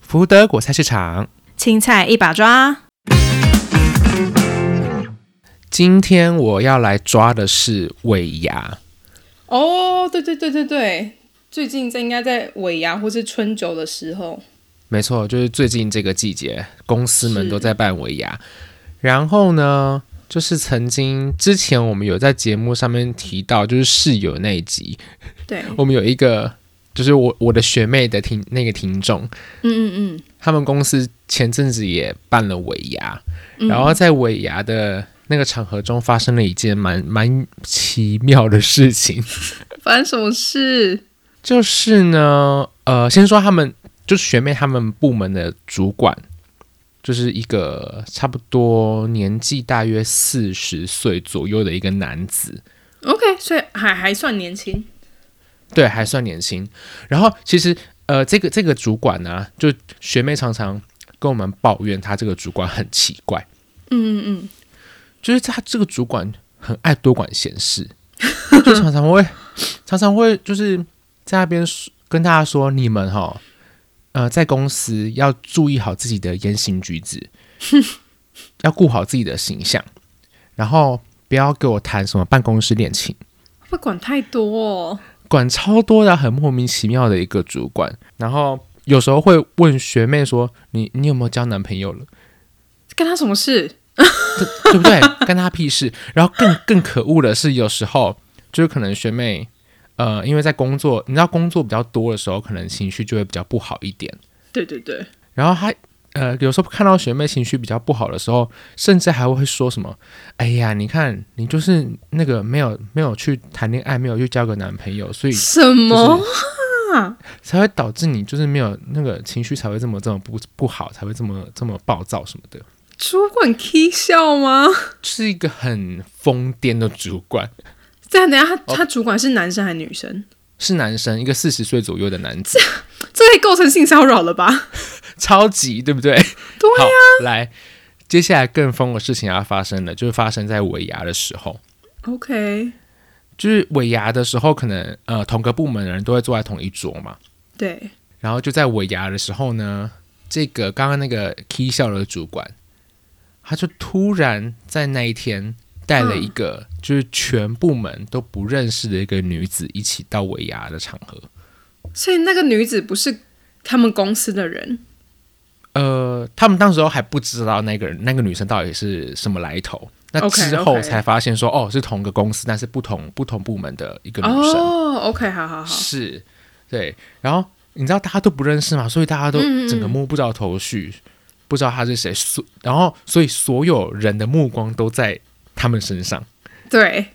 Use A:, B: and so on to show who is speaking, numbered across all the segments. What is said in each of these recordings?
A: 福德果菜市场。
B: 青菜一把抓，
A: 今天我要来抓的是尾牙，
C: 哦，对对对对对，最近在应该在尾牙或是春酒的时候，
A: 没错，就是最近这个季节，公司们都在办尾牙。然后呢，就是曾经之前我们有在节目上面提到，就是室友那一集，
C: 对，嗯
A: 我们有一个就是我我的学妹的听那个听众，
C: 嗯嗯
A: 他们公司前阵子也办了尾牙，
C: 嗯，
A: 然后在尾牙的那个场合中发生了一件蛮蛮奇妙的事情，
C: 发生什么事？
A: 就是呢，呃，先说他们就是学妹他们部门的主管，就是一个差不多年纪大约四十岁左右的一个男子，
C: OK，所以还还算年轻，
A: 对，还算年轻。然后其实呃，这个这个主管呢、就学妹常常跟我们抱怨，她这个主管很奇怪，
C: 嗯嗯嗯，
A: 就是她这个主管很爱多管闲事， 就常常会常常会就是在那边说跟大家说，你们哈呃在公司要注意好自己的言行举止，要顾好自己的形象，然后不要给我谈什么办公室恋情。
C: 会管太多哦，
A: 管超多的，很莫名其妙的一个主管。然后有时候会问学妹说：“你你有没有交男朋友了？
C: 干他什么事？
A: 对对不对？干他屁事！”然后更更可恶的是，有时候就是可能学妹，呃，因为在工作，你知道工作比较多的时候，可能情绪就会比较不好一点。
C: 对对对，
A: 然后她呃，有时候看到学妹情绪比较不好的时候，甚至还会说什么：“哎呀，你看你就是那个没有没有去谈恋爱，没有去交个男朋友，所以
C: 什么？
A: 才会导致你就是没有那个情绪才会这么这么不不好，才会这么这么暴躁什么的，
C: 主管 K 笑吗？
A: 是一个很疯癫的主管，
C: 但等一下
A: 哦
C: 他他主管是男生还是女生？
A: 是男生，一个四十岁左右的男子，
C: 这也构成性骚扰了吧？
A: 超级对不对？
C: 对啊
A: 好，来，接下来更疯的事情要发生了，就是发生在尾牙的时候，
C: ，OK，
A: 就是尾牙的时候，可能呃同个部门的人都会坐在同一桌嘛，
C: 对，
A: 然后就在尾牙的时候呢，这个刚刚那个 K 笑的主管，他就突然在那一天带了一
C: 嗯
A: 个、就是全部门都不认识的一个女子一起到尾牙的场合。
C: 所以那个女子不是他们公司的人，
A: 呃，他们当时候还不知道那个人那个女生到底是什么来头，那
C: OK，
A: 之后
C: OK
A: 才发现说哦，是同个公司，但是不同不同部门的一个女生。
C: 哦，OK，好好好，
A: 是，对。然后你知道大家都不认识嘛，所以大家都
C: 嗯嗯嗯
A: 整个摸不着头绪，不知道他是谁。所然后所以所有人的目光都在他们身上，
C: 对，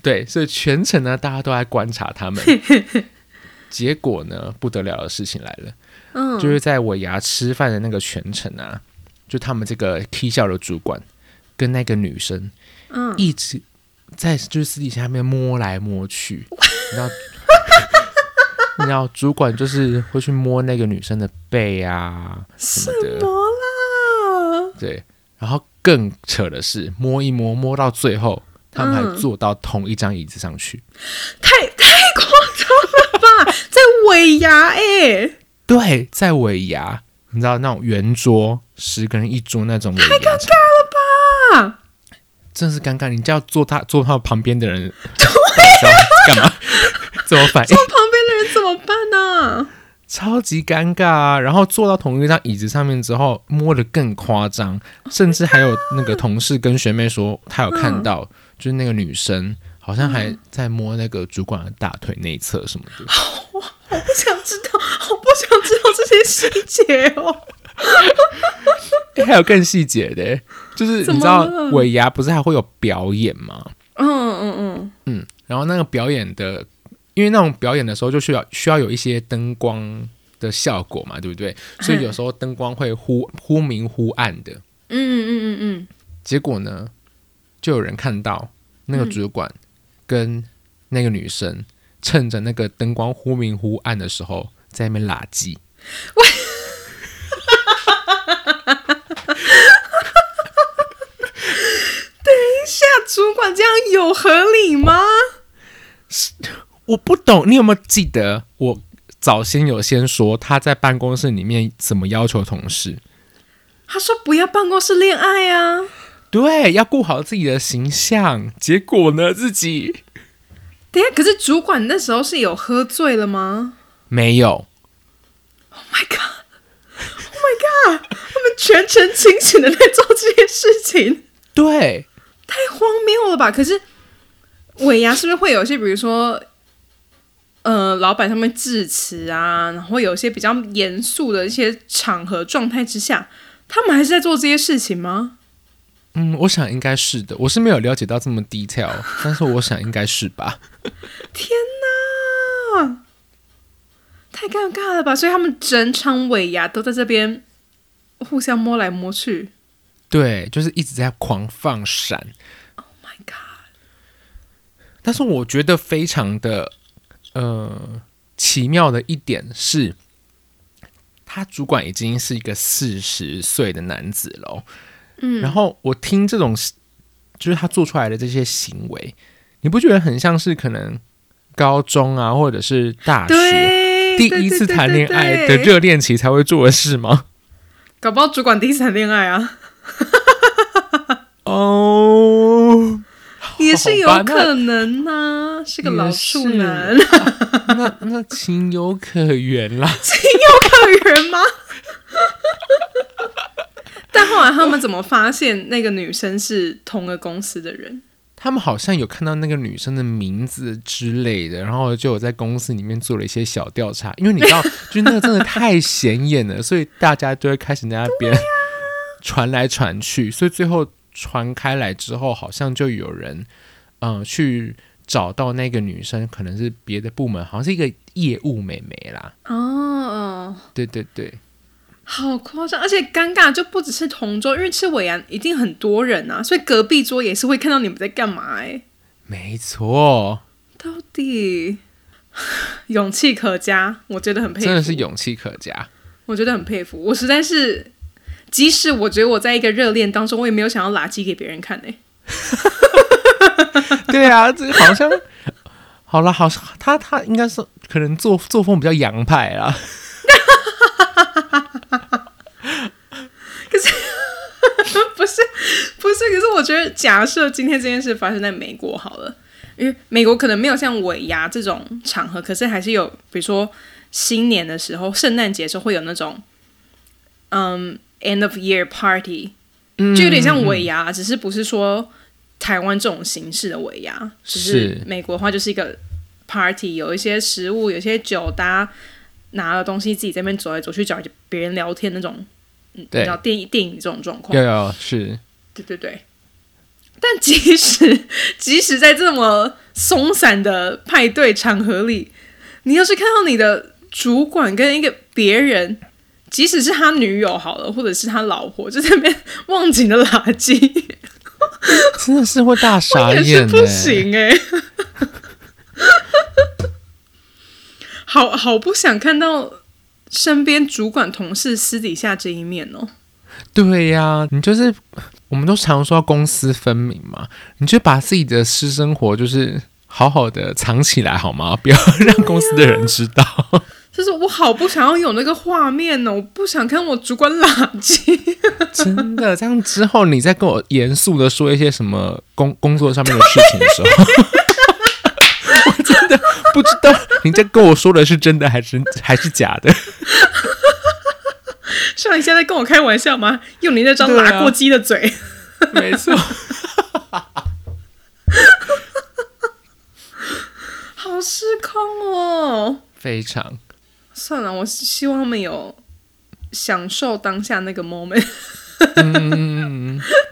A: 对，所以全程呢大家都在观察他 们。结果呢，不得了的事情来了，
C: 嗯，
A: 就是在尾牙吃饭的那个全程啊，就他们这个 K 校的主管跟那个女生
C: 嗯，
A: 一直在就是私底下面摸来摸 去，然后 然后主管就是会去摸那个女生的背啊什么的，
C: 么啦？
A: 对。然后更扯的是，摸一摸摸到最后，他们
C: 嗯
A: 还坐到同一张椅子上去。
C: 太太夸张 了吧，在尾牙哎、
A: 对，在尾牙，你知道那种圆桌十个人一桌那种尾牙，太尴尬了吧？真是尴尬！你叫坐他坐他旁边的人，干嘛？怎么反应？
C: 旁边的人怎么办啊呢、
A: 超级尴尬啊！然后坐到同一张椅子上面之后，摸得更夸张，甚至还有那个同事跟学妹说，她有看到，就是那个女生好像还在摸那个主管的大腿内侧什么的。
C: 我不想知道，我不想知道这些细节哦。
A: 诶还有更细节的欸，就是
C: 怎
A: 你
C: 么
A: 知道
C: 了
A: 尾牙不是还会有表演吗？
C: 嗯嗯嗯，
A: 嗯，然后那个表演的，因为那种表演的时候就需要需要有一些灯光的效果嘛，对不对？所以有时候灯光会忽忽明忽暗的。
C: 嗯嗯嗯嗯
A: 结果呢，就有人看到那
C: 嗯
A: 个主管跟那个女生趁着那个灯光忽明忽暗的时候，在那边拉鸡。
C: 嗯，下主管这样有合理吗？
A: 我不懂，你有没有记得我早先有先说他在办公室里面怎么要求同事，
C: 他说不要办公室恋爱啊，
A: 对，要顾好自己的形象。结果呢，自己
C: 等一下，可是主管那时候是有喝醉了吗
A: 没有，
C: ？Oh my god！Oh Oh my god！他们全程清醒的在做这件事情，
A: 对，
C: 太荒谬了吧？可是尾牙是不是会有一些，比如说，呃，老板他们致辞啊，然后有一些比较严肃的一些场合状态之下，他们还是在做这些事情吗？
A: 嗯，我想应该是的，我是没有了解到这么 detail，但是我想应该是吧。
C: 天哪，太尴尬了吧！所以他们整场尾牙都在这边互相摸来摸去。
A: 对，就是一直在狂放闪，
C: Oh my god！
A: 但是我觉得非常的呃奇妙的一点是，他主管已经是一个四十岁的男子了，嗯，然后我听这种就是他做出来的这些行为，你不觉得很像是可能高中啊，或者是大学
C: 对，
A: 第
C: 对
A: 一
C: 对
A: 次
C: 对
A: 谈
C: 对
A: 恋爱的
C: 对
A: 热恋期才会做的事吗？
C: 搞不好主管第一次谈恋爱啊，
A: 哦，
C: 也是有
A: 好吧那
C: 可能呐、是个老处男，
A: 那那情有可原啦。
C: 情有可原吗？ 但后来他们怎么发现那个女生是同个公司的人？
A: 他们好像有看到那个女生的名字之类的，然后就有在公司里面做了一些小调查，因为你知道，就是那个真的太显眼了，所以大家就会开始在那边 传来传去，所以最后传开来之后，好像就有人嗯、呃去找到那个女生，可能是别的部门，好像是一个业务美眉啦，
C: 哦，
A: 对对对，
C: 好夸张，而且尴尬就不只是同桌，因为吃尾牙一定很多人啊，所以隔壁桌也是会看到你们在干嘛哎、
A: 没错，
C: 到底 勇气可嘉，哎我觉得很佩服，
A: 真的是勇气可嘉。
C: 我觉得很佩服，我实在是，即使我觉得我在一个热恋当中，我也没有想要垃圾给别人看呢、欸
A: 对啊，这好像好了，好像他他应该是可能作作风比较洋派啊啦。
C: 不是，不是，可是我觉得，假设今天这件事发生在美国好了，因为美国可能没有像尾牙这种场合，可是还是有，比如说新年的时候、圣诞节的时候会有那种，嗯，end of year party，就有
A: 嗯
C: 点像尾牙，只是不是说台湾这种形式的尾牙，只是
A: 是
C: 美国的话就是一个 party，有一些食物，有一些酒，大家拿了东西自己在那边走来走去，找别人聊天那种，嗯，你
A: 对
C: 知道电影电影这种状况
A: 有，有是，
C: 对对对。但即使即使在这么松散的派对场合里，你要是看到你的主管跟一个别人，即使是他女友好了，或者是他老婆，就在那边忘情的垃圾，
A: 真的是会大傻
C: 也是
A: 眼、欸，
C: 不行哎、 好好不想看到身边主管同事私底下这一面哦。
A: 对呀、你就是我们都常说公私分明嘛，你就把自己的私生活就是好好的藏起来好吗？不要 让公司的人知道。
C: 就是我好不想要有那个画面哦，我不想看我主管垃 圾。
A: 真的，这样之后你再跟我严肃的说一些什么工工作上面的事情的时候，我真 的不知道你在跟我说的是真的还是还是假的。
C: 像你现在在跟我开玩笑吗？用你那张
A: 对啊
C: 拉过鸡的嘴，
A: 没错，
C: 好失控哦！
A: 非常
C: 算了，我希望他们有享受当下那个 moment。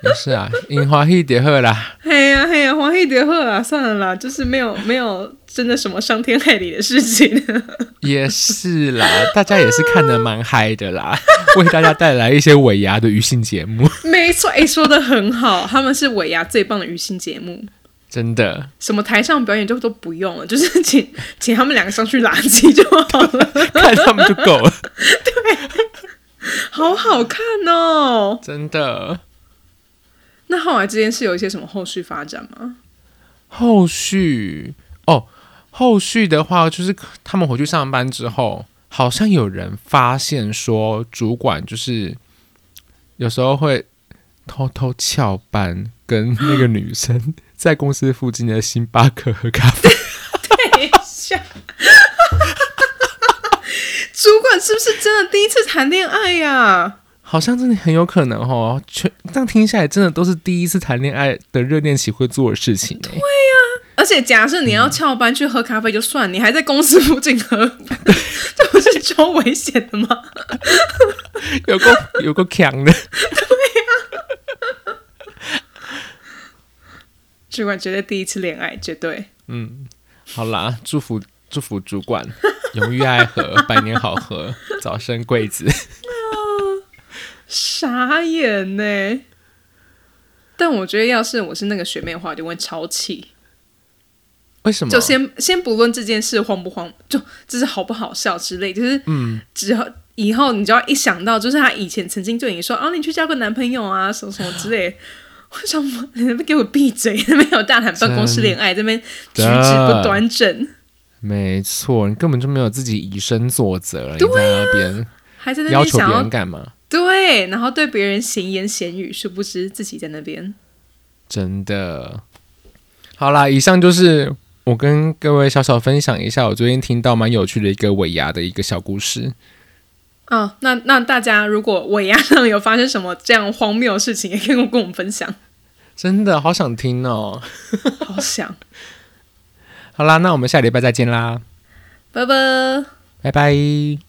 A: 也是啊，樱花一点喝啦。
C: 嘿呀嘿呀，黄黑蝶鹤啦，算了啦，就是没有没有真的什么伤天害理的事情。
A: 也是啦，大家也是看得蛮嗨的啦，为大家带来一些尾牙的娱性节目，
C: 没错，哎、说的很好，他们是尾牙最棒的娱星节目。
A: 真的
C: 什么台上表演就都不用了，就是请请他们两个上去垃圾就好了。
A: 看他们就够了，
C: 好好看哦！
A: 真的。
C: 那后来这件事有一些什么后续发展吗？
A: 后续哦，后续的话，就是他们回去上班之后，好像有人发现说，主管就是有时候会偷偷翘班，跟那个女生在公司附近的星巴克喝咖 啡。
C: 等一下， 主管是不是真的第一次谈恋爱呀、
A: 好像真的很有可能哦，全这样听下来，真的都是第一次谈恋爱的热恋期会做的事情、欸。
C: 而且假设你要翘班去喝咖啡就算，你还在公司附近喝， 这不是超危险的吗？
A: 有够有够强的，
C: 主管绝对第一次恋爱，绝对。
A: 好啦，祝福祝福主管 永浴爱河，百年好合，早生贵子。
C: 傻眼呢。但我觉得，要是我是那个学妹的话，我就会超气。
A: 为什么？
C: 就先先不论这件事荒不荒，就就是好不好笑之类，就是嗯，只要以后你就要一想到，就是他以前曾经对你说，啊，你去交个男朋友啊，什么什么之类的。 我想说，你那边给我闭嘴！那边有大谈办公室恋爱，这边 举止不端正，
A: 没错，你根本就没有自己以身作则了，你在那边、
C: 还啊在那
A: 要
C: 边
A: 求别
C: 想
A: 人
C: 要
A: 干嘛？
C: 对，然后对别人闲言闲语，殊不知自己在那边。
A: 真的。好啦，以上就是我跟各位小小分享一下我最近听到蛮有趣的一个尾牙的一个小故事。
C: 啊，那那大家如果尾牙上有发生什么这样荒谬的事情，也可以跟我们分享。
A: 真的好想听哦！
C: 好想，
A: 好啦，那我们下礼拜再见啦，
C: 拜拜。
A: 拜拜。